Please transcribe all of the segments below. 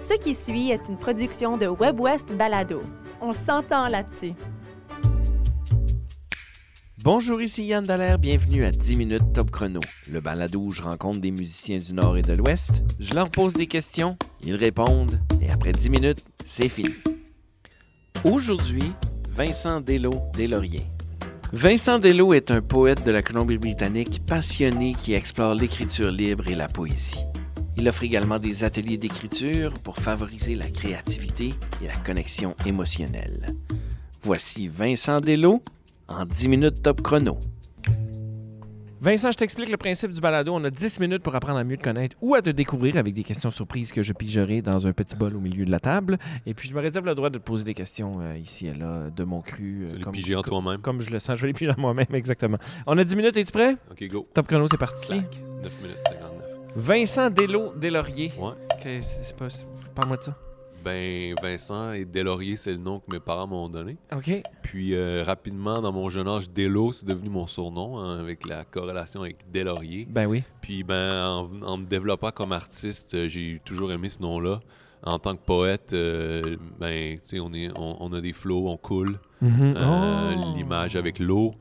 Ce qui suit est une production de WebWest Balado. On s'entend là-dessus. Bonjour, ici Yann Dallaire, bienvenue à 10 minutes Top Chrono, le balado où je rencontre des musiciens du Nord et de l'Ouest, je leur pose des questions, ils répondent, et après 10 minutes, c'est fini. Aujourd'hui, Vincent Delo des Lauriers. Vincent Delo est un poète de la Colombie-Britannique passionné qui explore l'écriture libre et la poésie. Il offre également des ateliers d'écriture pour favoriser la créativité et la connexion émotionnelle. Voici Vincent Delo en 10 minutes top chrono. Vincent, je t'explique le principe du balado. On a 10 minutes pour apprendre à mieux te connaître ou à te découvrir avec des questions surprises que je pigerai dans un petit bol au milieu de la table. Et puis, je me réserve le droit de te poser des questions euh, ici et là, de mon cru. euh, Tu vas les piger en toi-même. Comme je le sens. Je vais les piger en moi-même, exactement. On a 10 minutes, es-tu prêt? Ok, go. Top chrono, c'est parti. 9 minutes 59. Vincent Delo Delaurier. Ouais. Ok, c'est- c'est pas... c'est- Parle-moi de ça. Ben, Vincent et Delaurier, c'est le nom que mes parents m'ont donné. OK. Puis, euh, rapidement, dans mon jeune âge, Delo, c'est devenu mon surnom, hein, avec la corrélation avec Delaurier. Ben oui. Puis, ben, en, en me développant comme artiste, euh, j'ai toujours aimé ce nom-là. En tant que poète, euh, ben, tu sais, on, est- on, on a des flots, on coule. Euh, Oh. L'image avec l'eau.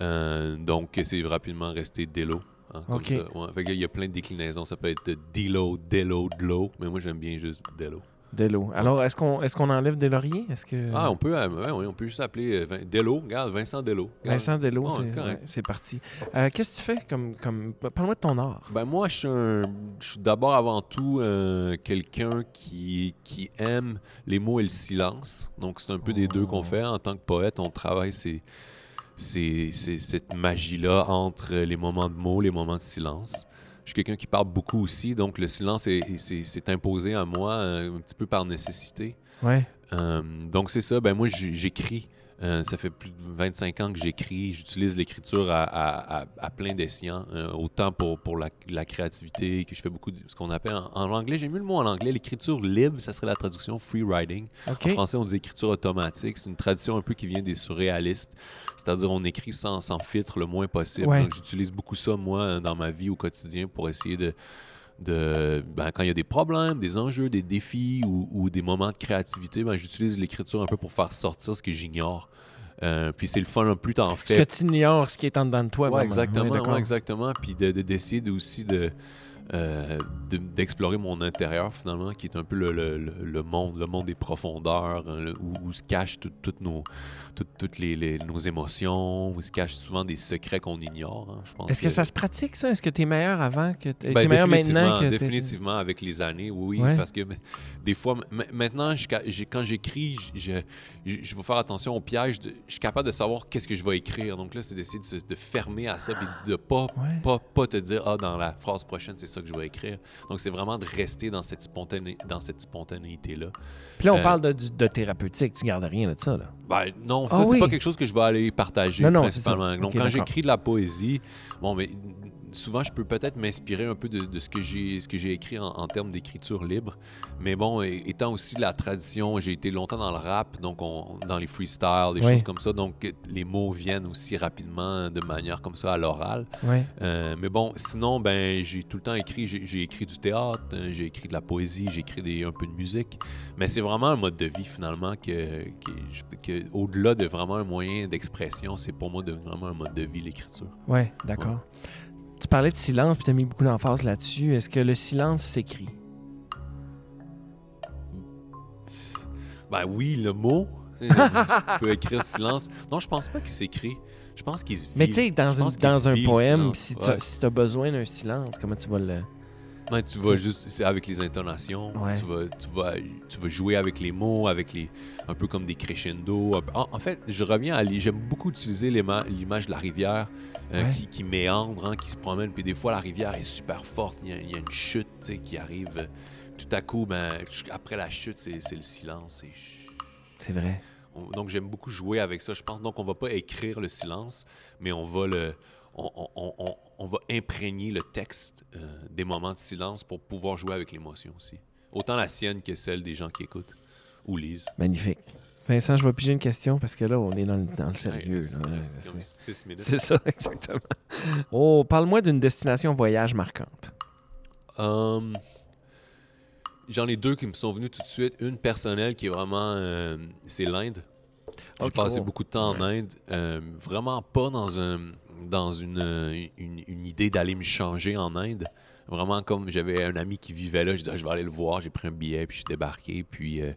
Euh, donc, c'est rapidement resté Delo. hein, comme Ok. ça. Ouais, fait que Il y a plein de déclinaisons. Ça peut être Delo, Delo, Delo. Mais moi, j'aime bien juste Delo. Delo. Alors, est-ce qu'on est qu'on enlève Delaurier? Est-ce que... Ah, on peut, euh, ouais, ouais, on peut juste appeler euh, Vin- Delo. Regarde, Vincent Delo. Regarde. Vincent Delo, Ouais, c'est Oh, c'est correct. ouais, c'est parti. Euh, Qu'est-ce que tu fais comme... comme... Parle-moi de ton art. Ben moi, je suis, un- je suis d'abord avant tout euh, quelqu'un qui, qui aime les mots et le silence. Donc, c'est un peu des deux qu'on fait. En tant que poète, on travaille ces, ces- ces- cette magie-là entre les moments de mots, les moments de silence. Je suis quelqu'un qui parle beaucoup aussi, donc le silence est- est- c'est c'est imposé à moi euh, un petit peu par nécessité. Ouais. Euh, donc c'est ça, ben moi j'ai- j'écris. Euh, ça fait plus de 25 ans que j'écris. J'utilise l'écriture à, à- à- à plein d'escients, euh, autant pour, pour la, la créativité que je fais beaucoup de ce qu'on appelle en, en anglais. J'ai mis le mot en anglais, l'écriture libre, ça serait la traduction free writing. OK. En français, on dit écriture automatique. C'est une tradition un peu qui vient des surréalistes, c'est-à-dire on écrit sans, sans filtre le moins possible. Ouais. Donc, J'utilise beaucoup ça, moi, dans ma vie au quotidien pour essayer de. de ben, quand il y a des problèmes, des enjeux, des défis ou, ou des moments de créativité, ben, j'utilise l'écriture un peu pour faire sortir ce que j'ignore. Euh, puis c'est le fun, plus t'en Ce fais, que tu ignores, ce qui est en dedans de toi. Ouais, maman. exactement, Ouais, d'accord. ouais, exactement. Puis de, de- d'essayer de- aussi de, euh, de- d'explorer mon intérieur finalement, qui est un peu le, le- le- le monde, le monde des profondeurs, hein, le- où, où se cachent tout- toutes nos, toutes, toutes les, les- nos émotions, où se cachent souvent des secrets qu'on ignore. hein. Je pense Est-ce que ça se pratique, ça? Est-ce que tu es meilleur avant que tu es ben, meilleur définitivement, maintenant que t'es- définitivement avec les années, oui, Ouais. parce que ben, des fois, m- m- maintenant, je ca- j'ai- quand j'écris, je, je, je vais faire attention aux pièges. de- je suis capable de savoir qu'est-ce que je vais écrire. Donc là, c'est d'essayer de, se- de fermer à ça et de pas, Ouais. pas, pas te dire, ah, dans la phrase prochaine, c'est ça que je vais écrire. Donc c'est vraiment de rester dans cette, spontané, dans cette spontanéité-là. Puis là, on Euh, parle de, du- de thérapeutique. Tu gardes rien de ça, là. Ben, non, ça, Ah c'est oui. pas quelque chose que je vais aller partager Non, non, principalement. c'est ça. Donc, Ok, quand d'accord. j'écris de la poésie, bon, mais souvent, je peux peut-être m'inspirer un peu de, de ce que j'ai ce que j'ai écrit en, en termes d'écriture libre. Mais bon, é- étant aussi de la tradition, j'ai été longtemps dans le rap, donc on- dans les freestyles, des Oui. choses comme ça. Donc, les mots viennent aussi rapidement de manière comme ça à l'oral. Ouais. Euh, mais bon, sinon, ben, j'ai tout le temps écrit. J'ai j'ai écrit du théâtre, euh, j'ai écrit de la poésie, j'ai écrit des, un peu de musique. Mais c'est vraiment un mode de vie, finalement, que, que, je- que au-delà de vraiment un moyen d'expression, c'est pour moi de, vraiment un mode de vie, l'écriture. Ouais, d'accord. Tu parlais de silence, puis tu as mis beaucoup d'emphase là-dessus. Est-ce que le silence s'écrit? Ben oui, le mot, tu peux écrire silence. Non, je pense pas qu'il s'écrit. Je pense qu'il se vit. Mais tu sais, dans, Je une- pense qu'il dans se un vit, le poème, silence. si tu Ouais. as besoin d'un silence, comment tu vas le... Ouais, tu vas juste c'est avec les intonations, Ouais. tu, vas, tu, vas, tu vas jouer avec les mots, avec les un peu comme des crescendo. un peu- En, en fait, je reviens à l'i- j'aime beaucoup utiliser l'éma- l'image de la rivière euh, Ouais. qui, qui méandre, hein, qui se promène. Puis des fois, la rivière est super forte, il y a, il y a une chute tu sais, qui arrive. euh, Tout à coup, ben, ch- après la chute, c'est c'est le silence. c'est chut. C'est vrai. On- donc j'aime beaucoup jouer avec ça. Je pense donc on va pas écrire le silence, mais on va le on, on- on- on- on va imprégner le texte euh, des moments de silence pour pouvoir jouer avec l'émotion aussi. Autant la sienne que celle des gens qui écoutent ou lisent. Magnifique. Vincent, je vais piger une question parce que là, on est dans le, dans le sérieux. Ouais, c'est- là. c'est C'est- comme six minutes. C'est ça, exactement. Oh, parle-moi d'une destination voyage marquante. Hum, J'en ai deux qui me sont venus tout de suite. Une personnelle qui est vraiment. euh, c'est l'Inde. J'ai Ok. passé Oh. beaucoup de temps en Inde. euh, vraiment pas dans, un, dans une, euh, une, une idée d'aller me changer en Inde. Vraiment comme j'avais un ami qui vivait là. Je disais, Ah, je vais aller le voir. J'ai pris un billet, puis je suis débarqué. Puis euh,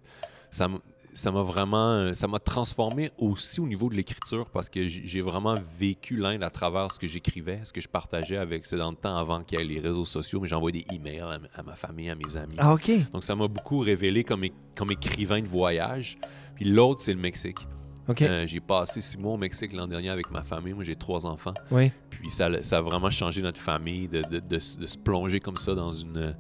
ça m- ça m'a vraiment. euh, Ça m'a transformé aussi au niveau de l'écriture parce que j- j'ai vraiment vécu l'Inde à travers ce que j'écrivais, ce que je partageais avec. C'est dans le temps avant qu'il y ait les réseaux sociaux, mais j'envoyais des emails à, m- à ma famille, à mes amis. Ah, OK. Donc, ça m'a beaucoup révélé comme, é- comme écrivain de voyage. Puis l'autre, c'est le Mexique. OK. Euh, j'ai passé six mois au Mexique l'an dernier avec ma famille. Moi, j'ai trois enfants. oui. Puis ça, l'a- ça a vraiment changé notre famille de, de- de s- de se plonger comme ça dans une,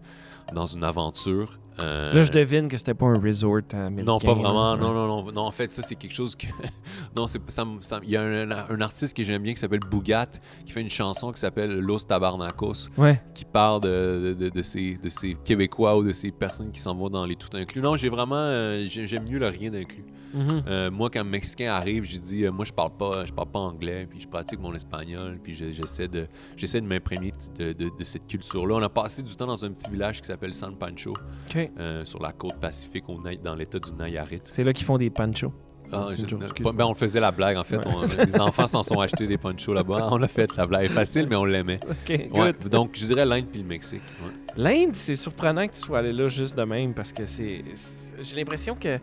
dans une aventure. Euh, Là, je devine que c'était pas un resort américain. non, pas vraiment. là. Non, non, non. Non, en fait, ça, c'est quelque chose que. Non, c'est ça me- ça me- Il y a un, un artiste que j'aime bien qui s'appelle Bougat, qui fait une chanson qui s'appelle Los Tabarnacos, Ouais. qui parle de, de, de- de ces, de ces Québécois ou de ces personnes qui s'en vont dans les tout inclus. Non, j'ai vraiment. euh, j'ai- j'aime mieux le rien inclus. Mhm. Euh, moi, quand un Mexicain arrive, j'ai dit, euh, moi, je parle pas, je parle pas anglais, puis je pratique mon espagnol, puis je- j'essaie de, j'essaie de m'imprégner de, de- de cette culture-là. On a passé du temps dans un petit village qui s'appelle San Pancho, OK. euh, sur la côte pacifique, au Na- dans l'état du Nayarit. C'est là qu'ils font des panchos. Ah, C'est une je- joke, pas- excuse-moi. ben, on le faisait la blague en fait. Ouais. On- les enfants s'en sont achetés des ponchos là-bas. On a fait la blague facile, mais on l'aimait. OK, Ouais, donc je dirais l'Inde puis le Mexique. ouais. L'Inde, c'est surprenant que tu sois allé là juste de même parce que c'est. c'est- J'ai l'impression que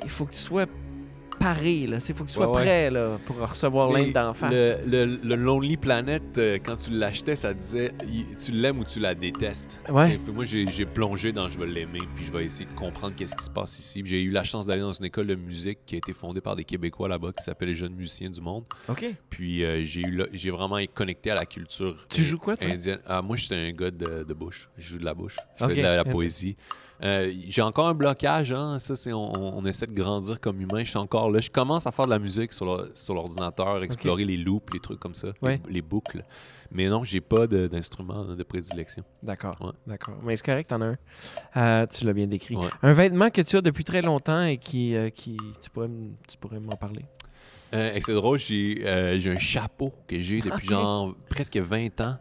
il faut que tu sois paré, là. Il faut que tu sois Ouais, ouais. prêt, là, pour recevoir Mais l'Inde d'en face. Le, le- le Lonely Planet, euh, quand tu l'achetais, ça disait y- tu l'aimes ou tu la détestes. Ouais. Et puis moi, j'ai j'ai plongé dans je vais l'aimer, puis je vais essayer de comprendre qu'est-ce qui se passe ici. Puis J'ai eu la chance d'aller dans une école de musique qui a été fondée par des Québécois là-bas qui s'appelle les Jeunes Musiciens du Monde. OK. Puis euh, j'ai eu le- j'ai vraiment connecté à la culture. Tu euh, joues quoi, toi? indienne. Ah, moi, j'étais un gars de, de bouche. Je joue de la bouche. Je Ok. fais Eh ben. de la, la Ok. poésie. Euh, j'ai encore un blocage, hein. Ça, c'est on, on- on essaie de grandir comme humain. Je suis encore là. Je commence à faire de la musique sur, l'or- sur l'ordinateur, explorer les loops, les trucs comme ça, les- Ouais. les, boucles. Mais non, j'ai pas de- d'instrument hein, de prédilection. D'accord. Ouais. D'accord. Mais c'est correct, t'en as un. Euh, tu l'as bien décrit. Ouais. Un vêtement que tu as depuis très longtemps et qui. euh, qui tu pourrais, m- tu pourrais m'en parler. Euh, et c'est drôle, j'ai, euh, j'ai un chapeau que j'ai depuis genre presque 20 ans.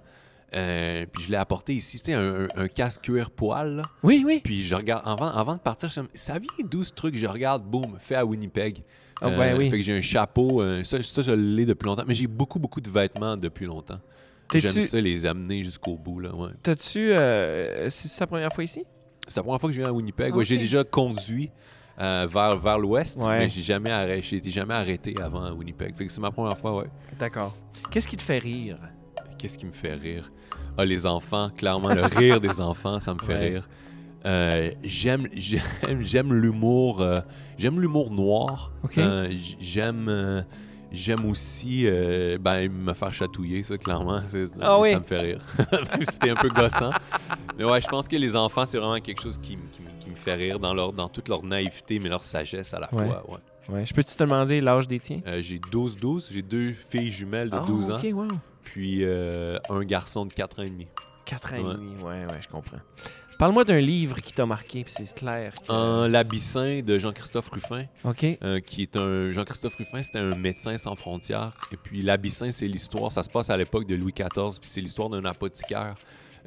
Euh, puis je l'ai apporté ici, c'est un, un- un casque cuir poil. là. Oui, oui. Puis je regarde, avant, avant de partir, je me- ça vient d'où ce truc? Je regarde, boum, fait à Winnipeg. Euh, Ah, ben oui. Fait que j'ai un chapeau, euh, ça, ça, je l'ai depuis longtemps, mais j'ai beaucoup, beaucoup de vêtements depuis longtemps. T'es-tu- J'aime ça les amener jusqu'au bout, là, ouais. T'as-tu. euh, c'est sa première fois ici? C'est la première fois que je viens à Winnipeg. Ah, Ouais, j'ai ok. déjà conduit euh, vers, vers l'ouest, Ouais. mais j'ai jamais arrêté, j'ai été jamais arrêté avant à Winnipeg. Fait que c'est ma première fois, ouais. D'accord. Qu'est-ce qui te fait rire? Qu'est-ce qui me fait rire? Ah, les enfants, clairement, le rire des enfants, ça me fait Ouais. rire. Euh, j'aime j'aime j'aime l'humour euh, j'aime l'humour noir Ok. Euh, j- j'aime euh, j'aime aussi euh, ben, me faire chatouiller ça clairement C'est- ça, Ah oui. me fait rire même si c'était un peu gossant mais ouais je pense que les enfants c'est vraiment quelque chose qui, m- qui m- qui me fait rire dans leur dans toute leur naïveté mais leur sagesse à la Ouais. fois ouais. Ouais. Je peux-tu te demander l'âge des tiens? Euh, j'ai 12 12 j'ai deux filles jumelles de Ah, 12 ans OK, wow. puis euh, un garçon de 4 ans et demi 4 ans Ouais. et demi, ouais, ouais, je comprends. Parle-moi d'un livre qui t'a marqué, puis Euh, c'est clair. que- Un Euh, L'Abyssin de Jean-Christophe Ruffin, OK. euh, qui est un. Jean-Christophe Ruffin, c'était un médecin sans frontières. Et puis, L'Abyssin, c'est l'histoire. Ça se passe à l'époque de Louis XIV, puis c'est l'histoire d'un apothicaire.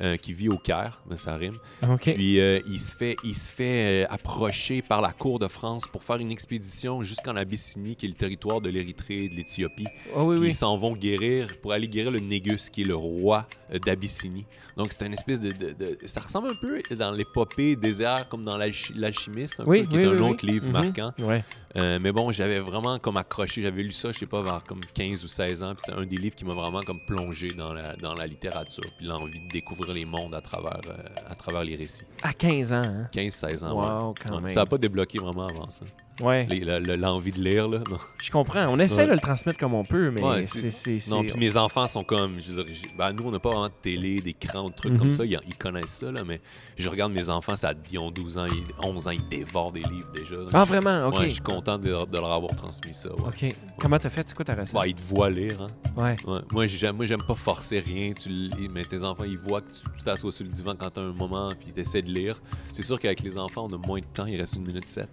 euh, qui vit au Caire, ben, ça rime. OK. Puis euh, il se fait, il se fait euh, approcher par la cour de France pour faire une expédition jusqu'en Abyssinie, qui est le territoire de l'Érythrée et de l'Éthiopie. oh, oui, Puis oui. ils s'en vont guérir pour aller guérir le Négus, qui est le roi euh, d'Abyssinie. Donc, c'est une espèce de, de- de- Ça ressemble un peu dans l'épopée désert, comme dans l'alchi- l'alchimiste, un Oui, peu, qui oui, est un oui, oui. autre livre Mhm. marquant. Ouais. Euh, mais bon, j'avais vraiment comme accroché. J'avais lu ça, je sais pas, vers comme 15 ou 16 ans. Puis c'est un des livres qui m'a vraiment comme plongé dans la, dans la littérature. Puis l'envie de découvrir les mondes à travers, euh, à travers les récits. À 15 ans, hein? 15-16 ans. Ah ouais. Wow, quand Ouais. même. Ça n'a pas débloqué vraiment avant ça. Ouais, Les- la- la- L'envie de lire, là. Non. je comprends. On essaie Ouais. de le transmettre comme on peut, mais Ouais, c'est... c'est- c'est- c'est- Non, puis mes enfants sont comme. Je veux dire, j- ben, nous, on n'a pas vraiment de télé, d'écran, de trucs Mhm. comme ça. Ils, ils connaissent ça, là, mais je regarde mes enfants, ça, ils ont 12 ans, ils, 11 ans, ils dévorent des livres déjà. Donc, Ah, je- vraiment? OK. ouais, je suis content de, leur- de leur avoir transmis ça. ouais. OK. Comment t'as fait? C'est quoi ta recette? Ben, ils te voient lire. Hein? Ouais. Ouais. Moi, j'aime, moi, j'aime pas forcer rien. Tu, lis, mais tes enfants, ils voient que tu, tu t'assois sur le divan quand t'as un moment, puis t'essaies de lire. C'est sûr qu'avec les enfants, on a moins de temps, il reste une minute sept.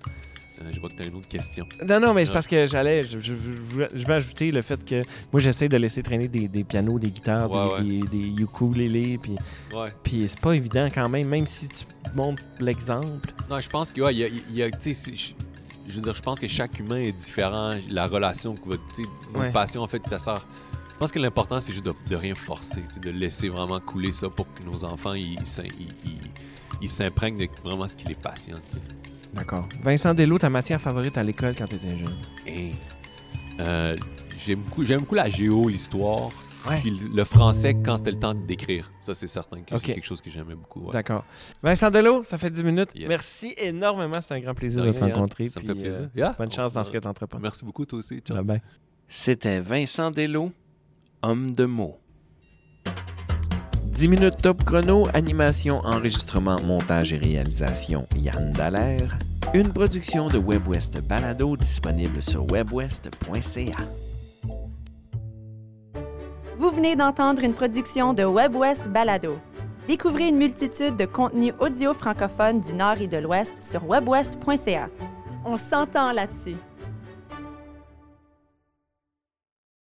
Euh, je vois que tu as une autre question. Non, non, mais c'est Ouais. parce que j'allais. Je, je- je- je vais ajouter le fait que moi, j'essaie de laisser traîner des, des pianos, des guitares, Ouais, des, des, des ukulélés, puis, Ouais. puis c'est pas évident quand même, même si tu montres l'exemple. Non, je pense que, ouais, il y a- il y a, tu sais, c'est- je- je veux dire, je pense que chaque humain est différent. La relation que votre, tu sais, votre Ouais. passion, en fait, ça sert. Je pense que l'important, c'est juste de, de rien forcer, tu sais, de laisser vraiment couler ça pour que nos enfants, ils ils s'im- ils- ils- ils s'imprègnent de vraiment ce qui les passionne. tu sais. D'accord. Vincent Delo, ta matière favorite à l'école quand t'étais jeune? Hein. Euh, J'aime beaucoup, j'aime beaucoup la géo, l'histoire. Ouais. Puis le français quand c'était le temps d'écrire. Ça, c'est certain que Ok. c'est quelque chose que j'aimais beaucoup. ouais. D'accord. Vincent Delo, ça fait 10 minutes. Yes. Merci énormément. C'est un grand plaisir De de te rien, Yann. rencontrer. Ça me puis, fait plaisir. euh, Yeah. bonne chance dans ce que Ouais. tu entreprends. Merci beaucoup, toi aussi. Ciao. Bye-bye. C'était Vincent Dello, homme de mots. 10 minutes top chrono, animation, enregistrement, montage et réalisation, Yann Dallaire. Une production de WebWest Balado disponible sur webwest.ca. Vous venez d'entendre une production de WebWest Balado. Découvrez une multitude de contenus audio francophones du Nord et de l'Ouest sur webwest.ca. On s'entend là-dessus.